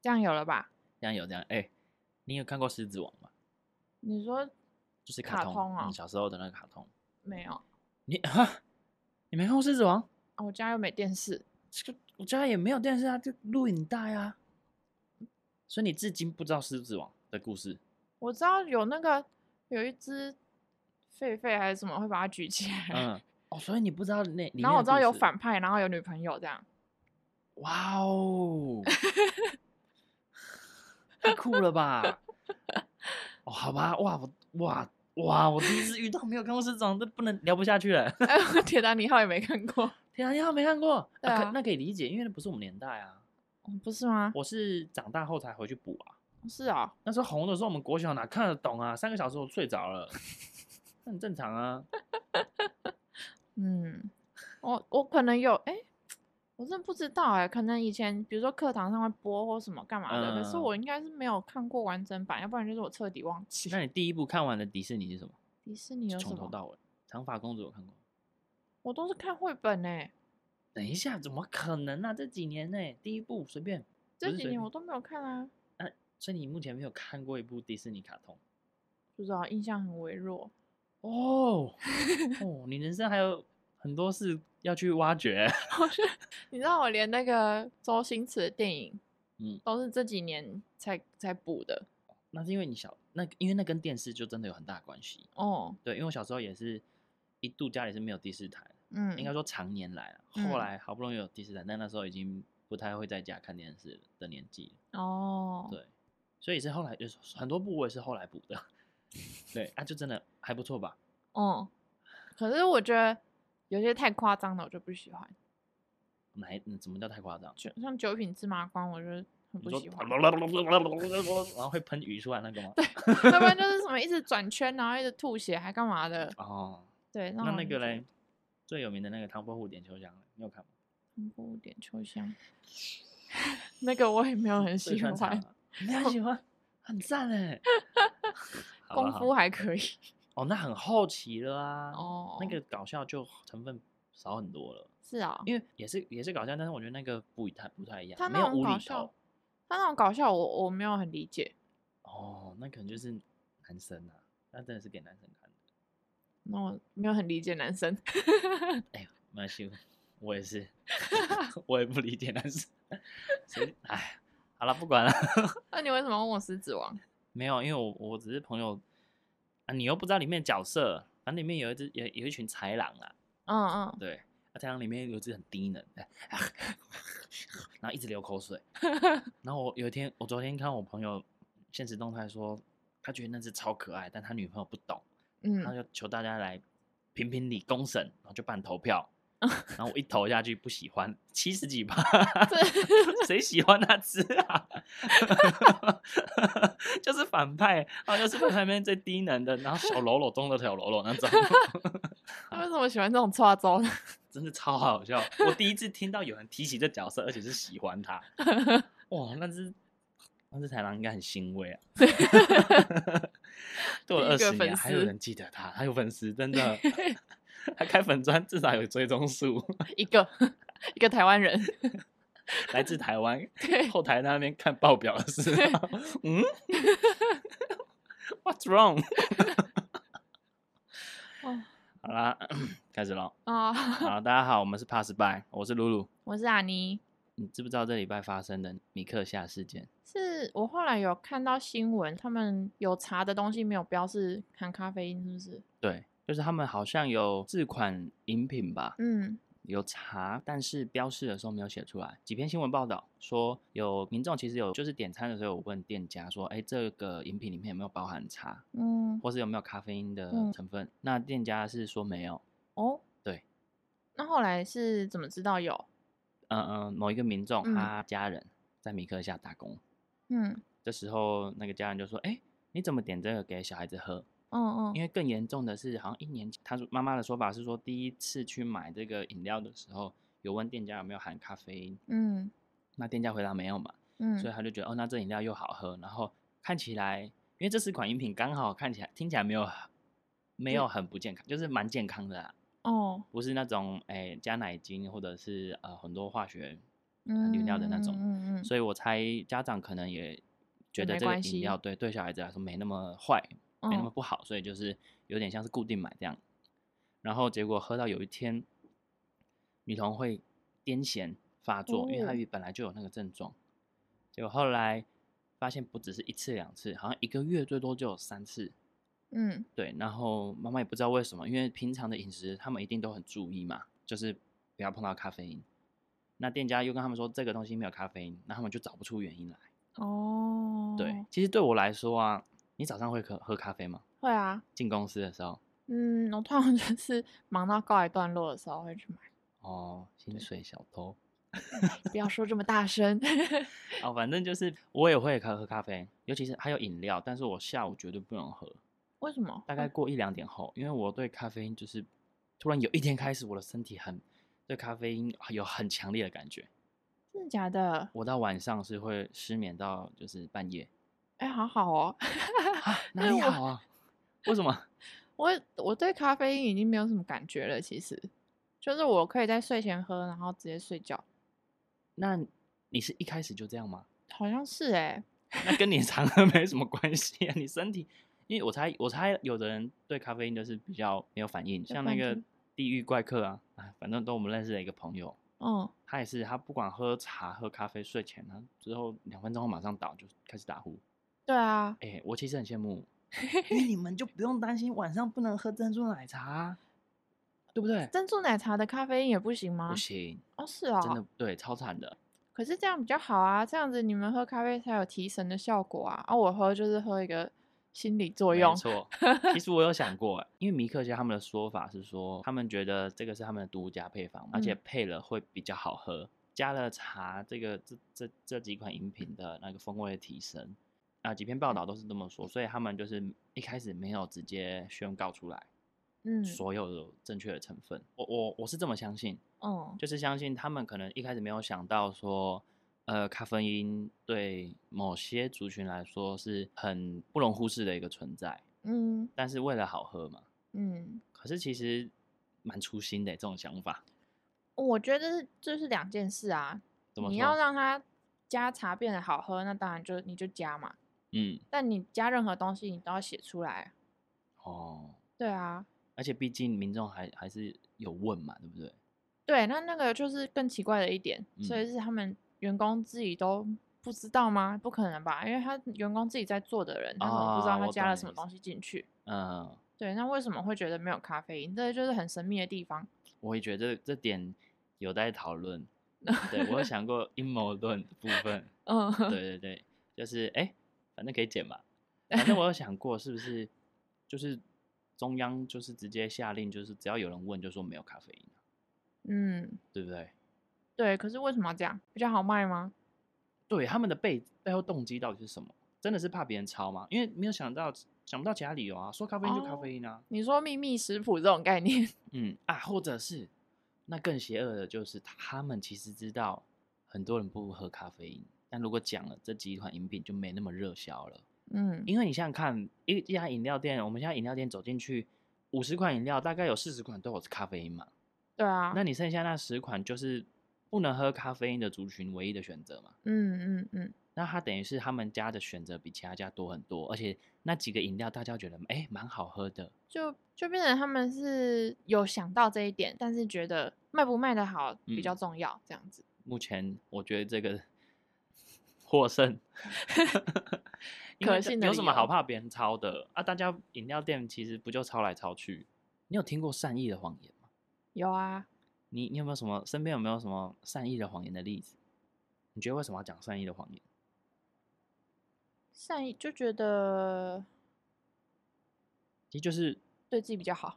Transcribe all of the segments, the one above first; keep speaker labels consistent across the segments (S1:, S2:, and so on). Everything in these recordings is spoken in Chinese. S1: 这样有了吧？
S2: 这样有这样哎、你有看过《狮子王》吗？
S1: 你说
S2: 就是
S1: 卡
S2: 通，
S1: 通啊
S2: 你小时候的那个卡通。
S1: 没有？
S2: 你啊，你没看过《狮子王》？
S1: 啊，我家又没电视，
S2: 这个我家也没有电视啊，就录影带啊。所以你至今不知道《狮子王》的故事？
S1: 我知道有那个有一只狒狒还是什么会把它举起来，
S2: 嗯，哦，所以你不知道那里面
S1: 然后我
S2: 的
S1: 知道
S2: 故
S1: 有
S2: 事
S1: 反派，然后有女朋友这样。
S2: 哇哦，太酷了吧！哦，好吧，哇，我哇哇，我第一次遇到没有看过狮子王，这不能聊不下去了。
S1: 哎，我铁达尼号也没看过，
S2: 天啊，你好没看过？
S1: 对
S2: 可
S1: 啊
S2: 那可以理解，因为那不是我们年代啊。
S1: 哦不是吗？
S2: 我是长大后才回去补啊。
S1: 是啊、
S2: 那时候红的时候，我们国小哪看得懂啊？三个小时我睡着 了，那很正常啊。
S1: 嗯，我我可能有哎、我真的不知道哎、可能以前比如说课堂上会播或什么干嘛的，可是
S2: 嗯
S1: 我应该是没有看过完整版，要不然就是我彻底忘记。
S2: 那你第一部看完的迪士尼是什么？
S1: 迪士尼有什
S2: 从头
S1: 么？
S2: 到尾，《长发公主》有看过。
S1: 我都是看绘本哎、
S2: 等一下，怎么可能啊？这几年呢、第一部随便。不
S1: 这
S2: 是
S1: 几年
S2: 随便
S1: 我都没有看啊，
S2: 所以你目前没有看过一部迪士尼卡通
S1: 不知道，印象很微弱。
S2: 哦哦，你人生还有很多事要去挖掘。
S1: 你知道我连那个周星驰的电影，
S2: 嗯
S1: 都是这几年才才补的
S2: 那是因为你小那，因为那跟电视就真的有很大关系。
S1: 哦，
S2: 对，因为我小时候也是一度家里是没有第四台的，
S1: 嗯，
S2: 应该
S1: 说
S2: 说常年来啊，
S1: 嗯
S2: 后来好不容易有第四台，但那时候已经不太会在家看电视的年纪了。
S1: 哦，
S2: 对，所以是后来就是很多部我也是后来补的。 对，啊，就真的还不错吧？
S1: 哦，可是我觉得有些太夸张了，我就不喜欢，
S2: 哪一嗯怎么叫太夸张？
S1: 就像九品芝麻官，我就很
S2: 你
S1: 不
S2: 说
S1: 喜 欢，
S2: 然后会喷鱼出来那 个吗？对。
S1: 要不然就是什么一直转圈，然后一直吐血，还干嘛的？
S2: 哦，
S1: 对，
S2: 那
S1: 我
S2: 那
S1: 就
S2: 个
S1: 觉
S2: 嘞
S1: 得，，
S2: 最有名的那个《唐伯虎点秋香》，你有看吗？
S1: 恐怖点秋香， 那个我也没有很
S2: 最
S1: 喜
S2: 擅长
S1: 欢，
S2: 啊，你很喜欢，很 赞哎。好
S1: 功
S2: 啦好
S1: 夫还可以
S2: 哦，那很后期了啊。
S1: 哦，
S2: 那个搞笑就成分少很多了，
S1: 是啊、
S2: 因为也是也是搞笑，但是我觉得那个不太不太一样，
S1: 他
S2: 没
S1: 那
S2: 有
S1: 种
S2: 无
S1: 搞
S2: 厘
S1: 笑
S2: 头。，
S1: 他那种搞笑我我没有很理解，
S2: 哦，那可能就是男生啊，那真的是给男生看的。
S1: 那我没有很理解男生。
S2: 哎没关系，我也是， 我也不理解男生。谁？哎，好了，不管了。
S1: 那你为什么问我狮子王？
S2: 没有，因为我我只是朋友啊，你又不知道里面的角色，反正里面有一只有有一群豺狼啊，
S1: 嗯嗯，
S2: 对，啊豺狼里面有一只很低能，的，然后一直流口水，然后我有一天我昨天看我朋友现实动态说，他觉得那只超可爱，但他女朋友不懂，然后
S1: 嗯，，
S2: 就求大家来评评理公审，然后就办投票。然后我一投下去，不喜欢七十几趴谁喜欢那只啊？ 就是反派，然后就是反派里面最低能的，然后小喽啰中的小喽啰那种，
S1: 他为什么喜欢这种抓周呢？
S2: 真的超好笑。我第一次听到有人提起这角色，而且是喜欢他， 哇，那只那只豺狼应该很欣慰啊。对
S1: 第一
S2: 我二
S1: 个
S2: 十
S1: 粉
S2: 年还有
S1: 丝
S2: 人记得他，还有粉丝，真的，他开粉砖至少有追踪数，
S1: 一个 一个台湾人，
S2: 来自台湾
S1: 对，
S2: 后台那边看报表的时候，嗯，What's wrong？
S1: 哦
S2: 好啦，开始喽。
S1: 啊、
S2: 好，大家好，我们是 Pass by，我是露露。
S1: 我是阿妮，
S2: 你知不知道这礼拜发生的米克夏事件？
S1: 是我后来有看到新闻，他们有查的东西没有标示含咖啡因，是不是？
S2: 对，就是他们好像有制款饮品吧，
S1: 嗯
S2: 有查，但是标示的时候没有写出来。几篇新闻报道说，有民众其实有就是点餐的时候有问店家说，哎，这个饮品里面有没有包含茶，
S1: 嗯，
S2: 或是有没有咖啡因的
S1: 嗯
S2: 成分？那店家是说没有。
S1: 哦，
S2: 对，
S1: 那后来是怎么知道有？
S2: 嗯嗯，某一个民众
S1: 嗯
S2: 他家人在米克夏打工，
S1: 嗯
S2: 这时候那个家人就说，哎，你怎么点这个给小孩子喝？
S1: 嗯嗯
S2: 因为更严重的是，好像一年，他说妈妈的说法是说，第一次去买这个饮料的时候，有问店家有没有含咖啡因，
S1: 嗯
S2: 那店家回答没有嘛，所
S1: 嗯，
S2: 以他就觉得哦，那这饮料又好喝，然后看起来，因为这四款饮品刚好看起来听起来没有
S1: 嗯
S2: 没有很不健康，就是蛮健康的啦，
S1: 哦，
S2: 不是那种哎加奶精或者是呃很多化学饮料的那种
S1: 嗯嗯嗯嗯
S2: 所以我猜家长可能也
S1: 就
S2: 觉得
S1: 没
S2: 这个
S1: 关
S2: 饮料
S1: 系
S2: 对对小孩子来说没那么坏，没那
S1: 嗯
S2: 么不好，所以就是有点像是固定买这样。然后结果喝到有一天，女童会癫痫发作，因为她
S1: 哦
S2: 也本来就有那个症状。结果后来发现不只是一次两次，好像一个月最多就有三次。
S1: 嗯
S2: 对，然后妈妈也不知道为什么，因为平常的饮食他们一定都很注意嘛，就是不要碰到咖啡因。那店家又跟他们说这个东西没有咖啡因，那他们就找不出原因来。
S1: 哦，
S2: 对，，其实对我来说啊，你早上会喝喝咖啡吗？
S1: 会啊，
S2: 进公司的时候，
S1: 嗯，我通常就是忙到告一段落的时候会去买，
S2: 哦，薪水小偷
S1: 不要说这么大声，
S2: 哦，反正就是我也会喝喝咖啡，尤其是还有饮料，但是我下午绝对不能喝，
S1: 为什么？哦
S2: 大概过一两点后，因为我对咖啡因就是突然有一天开始，我的身体很对咖啡因有很强烈的感觉，
S1: 真的假的？
S2: 我到晚上是会失眠到就是半夜，
S1: 哎、好好哦，
S2: 啊、哪
S1: 那
S2: 里
S1: 我
S2: 好啊？为什么？
S1: 我我对咖啡因已经没有什么感觉了，其实就是我可以在睡前喝，然后直接睡觉，
S2: 那你是一开始就这样吗？
S1: 好像是哎、
S2: 那跟你常喝没什么关系啊，你身体，因为我猜我猜有的人对咖啡因就是比较没有反应，像那
S1: 反
S2: 个
S1: 应
S2: 地狱怪客啊，哎，反正都我们认识的一个朋友，
S1: 嗯，
S2: 他也是，他不管喝茶、喝咖啡，睡前他之后两分钟后马上倒，就开始打呼。
S1: 对啊，
S2: 哎、我其实很羡 慕，因为你们就不用担心晚上不能喝珍珠奶茶啊，对不对？
S1: 珍珠奶茶的咖啡因也不行吗
S2: 不？行，
S1: 哦，是啊、
S2: 真的对，超惨的。
S1: 可是这样比较好啊，这样子你们喝咖啡才有提神的效果啊，啊，我喝就是喝一个心理作用
S2: 没，错，其实我有想过欸，因为米克家他们的说法是说，他们觉得这个是他们的独家配方，而且
S1: 嗯
S2: 配了会比较好喝，加了茶这个这这这几款饮品的那个风味的提升啊，几篇
S1: 嗯
S2: 报道都是这么说，所以他们就是一开始没有直接宣告出来
S1: 嗯
S2: 所有的正确的成分，我我我是这么相信，
S1: 嗯，
S2: 就是相信他们可能一开始没有想到说。呃，咖啡因对某些族群来说是很不容忽视的一个存在。
S1: 嗯
S2: 但是为了好喝嘛。
S1: 嗯，
S2: 可是其实蛮粗心的这种想法，
S1: 我觉得这是两件事啊，
S2: 怎么
S1: 你要
S2: 说
S1: 让它加茶变得好喝，那当然就你就加嘛，
S2: 嗯
S1: 但你加任何东西你都要写出来，
S2: 哦，
S1: 对啊，
S2: 而且毕竟民众还还是有问嘛，对不对？
S1: 对，那那个就是更奇怪的一点，所以
S2: 嗯
S1: 是他们员工自己都不知道吗？不可能吧，因为他员工自己在做的人，他怎么不知
S2: 啊
S1: 道他
S2: 我
S1: 加
S2: 懂
S1: 了
S2: 你
S1: 什么
S2: 意思
S1: 东西进去？
S2: 嗯，
S1: 对，那为什么会觉得没有咖啡因？这就是很神秘的地方。
S2: 我也觉得这点有待讨论。对我有想过阴谋论的部分，
S1: 嗯，
S2: 对对对，就是哎、诶反正可以剪嘛。反正我有想过，是不是就是中央就是直接下令，就是只要有人问就说没有咖啡因，啊
S1: 嗯，
S2: 对不对？
S1: 对。可是为什么要这样？比较好卖吗？
S2: 对他们的背背后动机到底是什么？真的是怕别人抄吗？因为没有想到想不到其他理由啊，说咖啡因就咖
S1: 哦
S2: 啡因啊，
S1: 你说秘密食谱这种概念，
S2: 嗯啊，或者是那更邪恶的就是他们其实知道很多人不喝咖啡因，但如果讲了这几款饮品就没那么热销了，
S1: 嗯，
S2: 因为你想想看，一一家饮料店，我们现在饮料店走进去五十款饮料，大概有四十款都有咖啡因嘛，
S1: 对啊，
S2: 那你剩下那十款就是不能喝咖啡因的族群唯一的选择嘛。
S1: 嗯嗯嗯，
S2: 那它等于是他们家的选择比其他家多很多，而且那几个饮料大家觉得哎蛮、好喝的，
S1: 就就变成他们是有想到这一点，但是觉得卖不卖得好比较
S2: 嗯
S1: 重要，这样子。
S2: 目前我觉得这个 获 胜，因
S1: 可
S2: 为
S1: 信的
S2: 有
S1: 理
S2: 什么好
S1: 由
S2: 怕别人抄的啊？大家饮料店其实不就抄来抄去？你有听过善意的谎言吗？
S1: 有啊，
S2: 你你有没有什么身边有没有什么善意的谎言的例子？你觉得为什么要讲善意的谎言？
S1: 善意就觉得
S2: 其实就是
S1: 对自己比较好。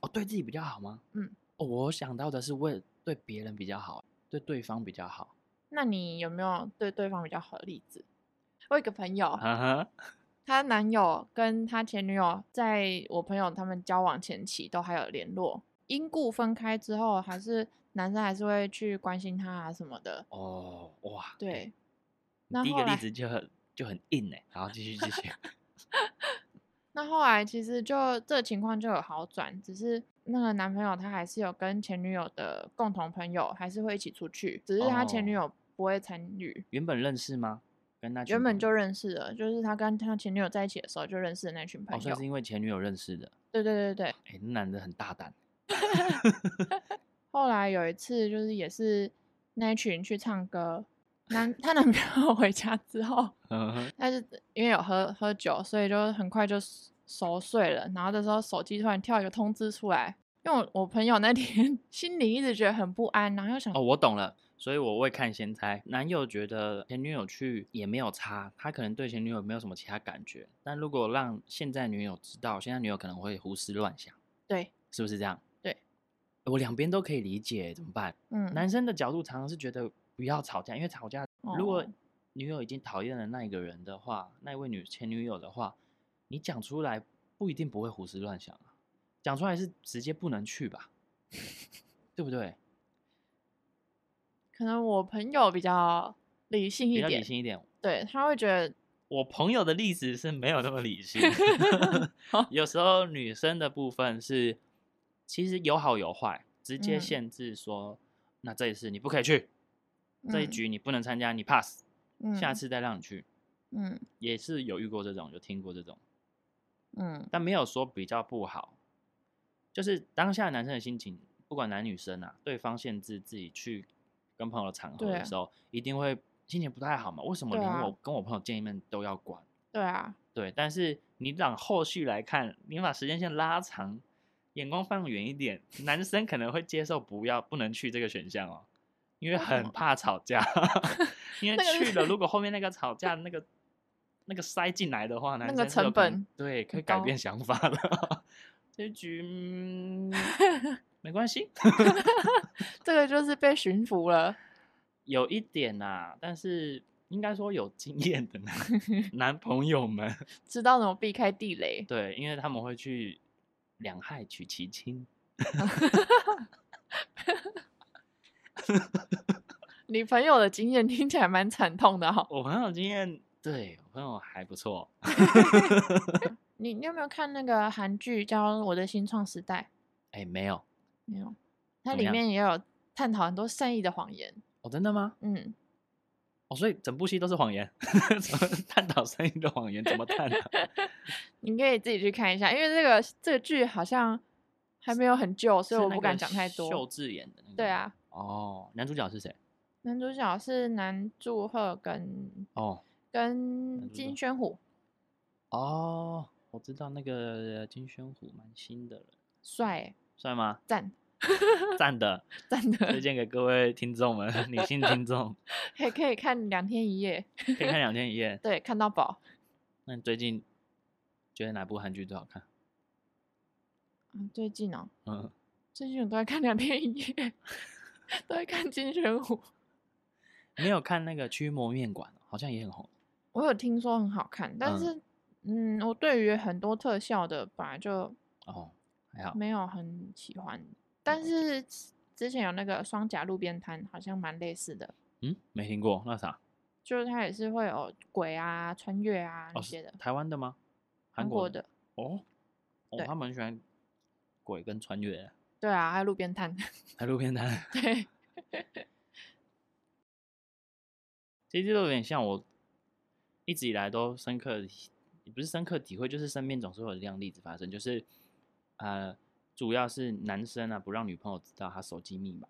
S2: 哦，对自己比较好吗？
S1: 嗯，
S2: 哦，我想到的是为对别人比较好，对对方比 较好。
S1: 那你有没有对对方比较好的例子？我有一个朋友，
S2: 啊哈，
S1: 她男友跟她前女友在我朋友他们交往前期都还有联络，因故分开之后，还是男生还是会去关心她啊什么的。
S2: 哦，哇，
S1: 对，
S2: 你
S1: 那
S2: 第一
S1: 后
S2: 个例
S1: 来
S2: 子就很就很硬哎、然后继续继 续，
S1: 那后来其实就这个情况就有好转，只是那个男朋友他还是有跟前女友的共同朋友，还是会一起出去，只是他前女
S2: 哦
S1: 友不会参与。
S2: 原本认识吗？跟那群
S1: 原本
S2: 朋
S1: 就
S2: 友
S1: 认识了，就是他跟他前女友在一起的时候就认识的那群朋
S2: 哦，
S1: 友。
S2: 算是因为前女友认识的。
S1: 对对对对，
S2: 哎、那男的很 大胆，
S1: 后来有一次，就是也是那一群去唱歌，男她男朋友回家之后，但是因为有喝喝酒，所以就很快就熟睡了。然后这时候手机突然跳一个通知出来，因为我我朋友那天 心里一直觉得很不安，然后又想，
S2: 哦，我懂了，所以我未看先猜。男友觉得前女友去也没有差，他可能对前女友没有什么其他感觉，但如果让现在女友知道，现在女友可能会胡思乱想，
S1: 对，
S2: 是不是这样？
S1: 对
S2: 呃，我两边都可以理解，怎么办？
S1: 嗯，
S2: 男生的角度常常是觉得不要吵架，因为吵架如果
S1: 哦
S2: 女友已经讨厌了那一个人的话，那一位女前女友的话，你讲出来不一定不会胡思乱想啊，讲出来是直接不能去吧，对不对？
S1: 可能我朋友比较理性
S2: 比
S1: 一
S2: 较理
S1: 点，
S2: 性一点。
S1: 对他会觉得
S2: 我朋友的例子是没有那么理性
S1: 好，
S2: 有时候女生的部分是其实有好有坏，直接
S1: 嗯
S2: 限制说，那这一次你不可以去，这一
S1: 嗯
S2: 局你不能参加，你 pass，、
S1: 嗯，
S2: 下次再让你去。
S1: 嗯
S2: 也是有遇过这种，有听过这种，
S1: 嗯
S2: 但没有说比较不好，就是当下男生的心情，不管男女生啊，对方限制自己去跟朋友的场合
S1: 对啊
S2: 的时候，一定会心情不太好嘛。为什么
S1: 对
S2: 连
S1: 啊
S2: 我跟我朋友见一面都要管？
S1: 对啊，
S2: 对，但是你让后续来看，你把时间线拉长，眼光放远一点，男生可能会接受不要不能去这个选项哦，因为
S1: 为什
S2: 很
S1: 么
S2: 怕吵 架，因为
S1: 那个
S2: 去了如果后面那个吵架那个那个塞进来的话，
S1: 那
S2: 男生
S1: 个
S2: 是有
S1: 成
S2: 可能
S1: 本
S2: 对可
S1: 很
S2: 以改
S1: 高
S2: 变想法了。这局、 嗯、没关系，
S1: 这个就是被驯服了，
S2: 有一点呐、但是应该说有经验的男 男朋友们。
S1: 知道怎么避开地雷。
S2: 对，因为他们会去两害取其轻。
S1: 你朋友的经验听起来蛮惨痛的哦哈、
S2: 我朋友经验，对我朋友还不错。
S1: 你你有没有看那个韩剧叫《我的新创时代》？
S2: 哎、没有
S1: 没有，它
S2: 怎么
S1: 里
S2: 样
S1: 面也有探讨很多善意的谎言。
S2: 哦，真的吗？
S1: 嗯，
S2: 哦，所以整部戏都是谎言， 怎么探讨生意的谎言怎么探讨？
S1: 你可以自己去看一下，因为这个这个剧好像还没有很旧， 所以
S2: 是
S1: 我
S2: 那
S1: 不敢
S2: 个
S1: 讲太
S2: 秀
S1: 多。
S2: 智演的那个。
S1: 对。啊，
S2: 哦，男主角是谁？
S1: 男主角是南柱赫跟
S2: 哦
S1: 跟
S2: 主
S1: 金
S2: 角
S1: 宣虎，
S2: 哦，我知道那个金宣虎蛮新的人，
S1: 帅欸
S2: 帅吗？
S1: 赞
S2: 赞的，
S1: 赞
S2: 推
S1: 的，
S2: 荐给各位听众们，女性听众
S1: 还可以看两天一夜，
S2: 可以看两天一夜。
S1: 对，看到饱。
S2: 那你最近觉得哪部韩剧最好看？
S1: 嗯，最近哦，
S2: 嗯。
S1: 最近我都在看两天一夜， 都在看金宣虎。
S2: 没有看那个《驱魔面馆》，好像也很红。
S1: 我有听说很好看，但
S2: 嗯
S1: 是嗯我对于很多特效的本来就
S2: 哦，还好。
S1: 没有很喜欢，但是之前有那个双甲路边摊，好像蛮类似的，
S2: 嗯，没听过那啥。
S1: 就是它也是会有鬼啊、穿越啊那
S2: 哦，
S1: 些
S2: 是
S1: 的，
S2: 台湾的吗？
S1: 韩
S2: 韩
S1: 国
S2: 国
S1: 的，
S2: 哦，哦
S1: 对，
S2: 他们很喜欢鬼跟穿越，
S1: 对啊，还有路边摊，
S2: 还有路边 摊。
S1: 对，
S2: 其实都有点像我一直以来都深刻地体，也不是深刻体会，就是身边总是会有这样的例子发生，就是呃，主要是男生啊不让女朋友知道他手机密码，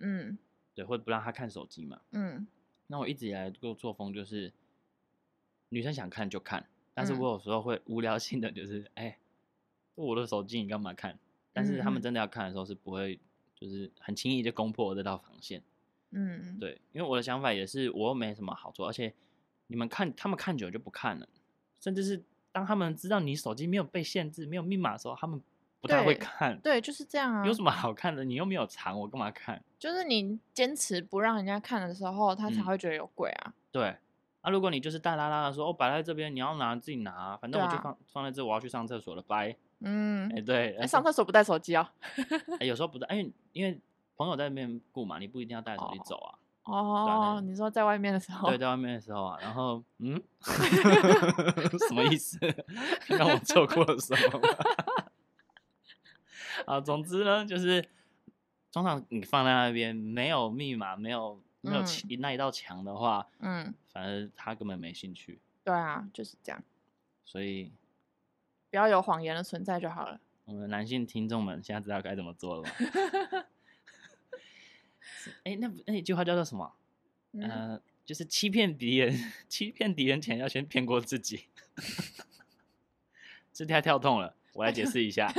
S1: 嗯
S2: 对，或者不让他看手机嘛。
S1: 嗯
S2: 那我一直以来做作风就是，女生想看就看，但是
S1: 嗯
S2: 我有时候会无聊性的，就是哎、我的手机你干嘛看？但是他
S1: 嗯
S2: 们
S1: 嗯
S2: 真的要看的时候是不会，就是很轻易就攻破这道防线。
S1: 嗯，
S2: 对，因为我的想法也是，我又没什么好做，而且你们看他们看久了就不看了，甚至是当他们知道你手机没有被限制、没有密码的时候，他们不太
S1: 对
S2: 会看。
S1: 对，就是这样啊。
S2: 有什么好看的？你又没有藏，我干嘛看？
S1: 就是你坚持不让人家看的时候，他才
S2: 嗯
S1: 会觉得有鬼啊。
S2: 对，啊，如果你就是大拉拉的说，哦，摆在这边，你要拿自己拿啊，反正
S1: 对
S2: 我就
S1: 啊
S2: 放、放在这，我要去上厕所了，拜。
S1: 嗯
S2: 哎、，对，
S1: 哎、上厕所不带手机 哦。
S2: 所、哎有时候不带，因为因为朋友在那边顾嘛，你不一定要带手机
S1: 哦
S2: 走啊。
S1: 哦，
S2: 对
S1: 你说在外面的时候
S2: 对，，在外面的时候啊，然后 嗯， 什么意思？让我错过了什么吗？啊，总之呢，就是通常你放在那边没有密码，没有没有
S1: 嗯
S2: 墙那一道墙的话，
S1: 嗯，
S2: 反正他根本没兴趣，
S1: 对啊，就是这样，
S2: 所以
S1: 不要有谎言的存在就好了。
S2: 我们的男性听众们现在知道该怎么做 了吗？哎、那不那句话叫做什么？
S1: 嗯，
S2: 呃，就是欺骗敌人，欺骗敌人前要先骗过自己。 这太跳痛了，我来解释 一下，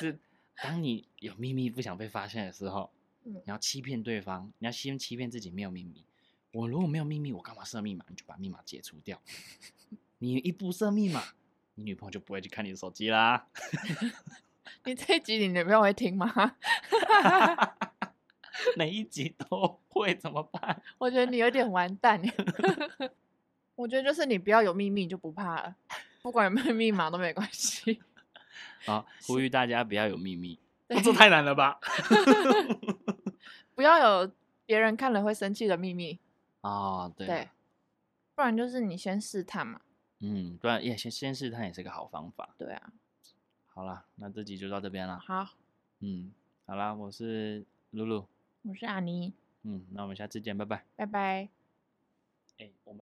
S2: 就是当你有秘密不想被发现的时候，
S1: 嗯
S2: 你要欺骗对方，你要先欺骗自己没有秘密。我如果没有秘密，我干嘛设密码？你就把密码解除掉。 你一不设密码，你女朋友就不会去看你的手机啦。
S1: 你这一集你女朋友会听吗？
S2: 每一集都会怎么办？
S1: 我觉得你有点完蛋 耶。我觉得就是你不要有秘密，你就不怕了，不管有没有密码都没关系。
S2: 啊，呼吁大家不要有秘密。哦这太难了吧？
S1: 不要有别人看了会生气的秘密，
S2: 啊，对啊
S1: 对不然就是你先试探嘛。
S2: 嗯，不然也先先试探也是个好方法。
S1: 对啊，
S2: 好啦，那这集就到这边啦。
S1: 好，
S2: 嗯，好啦，我是露露。
S1: 我是阿妮，
S2: 嗯，那我们下次见，拜拜。
S1: 拜拜。
S2: 哎、我们。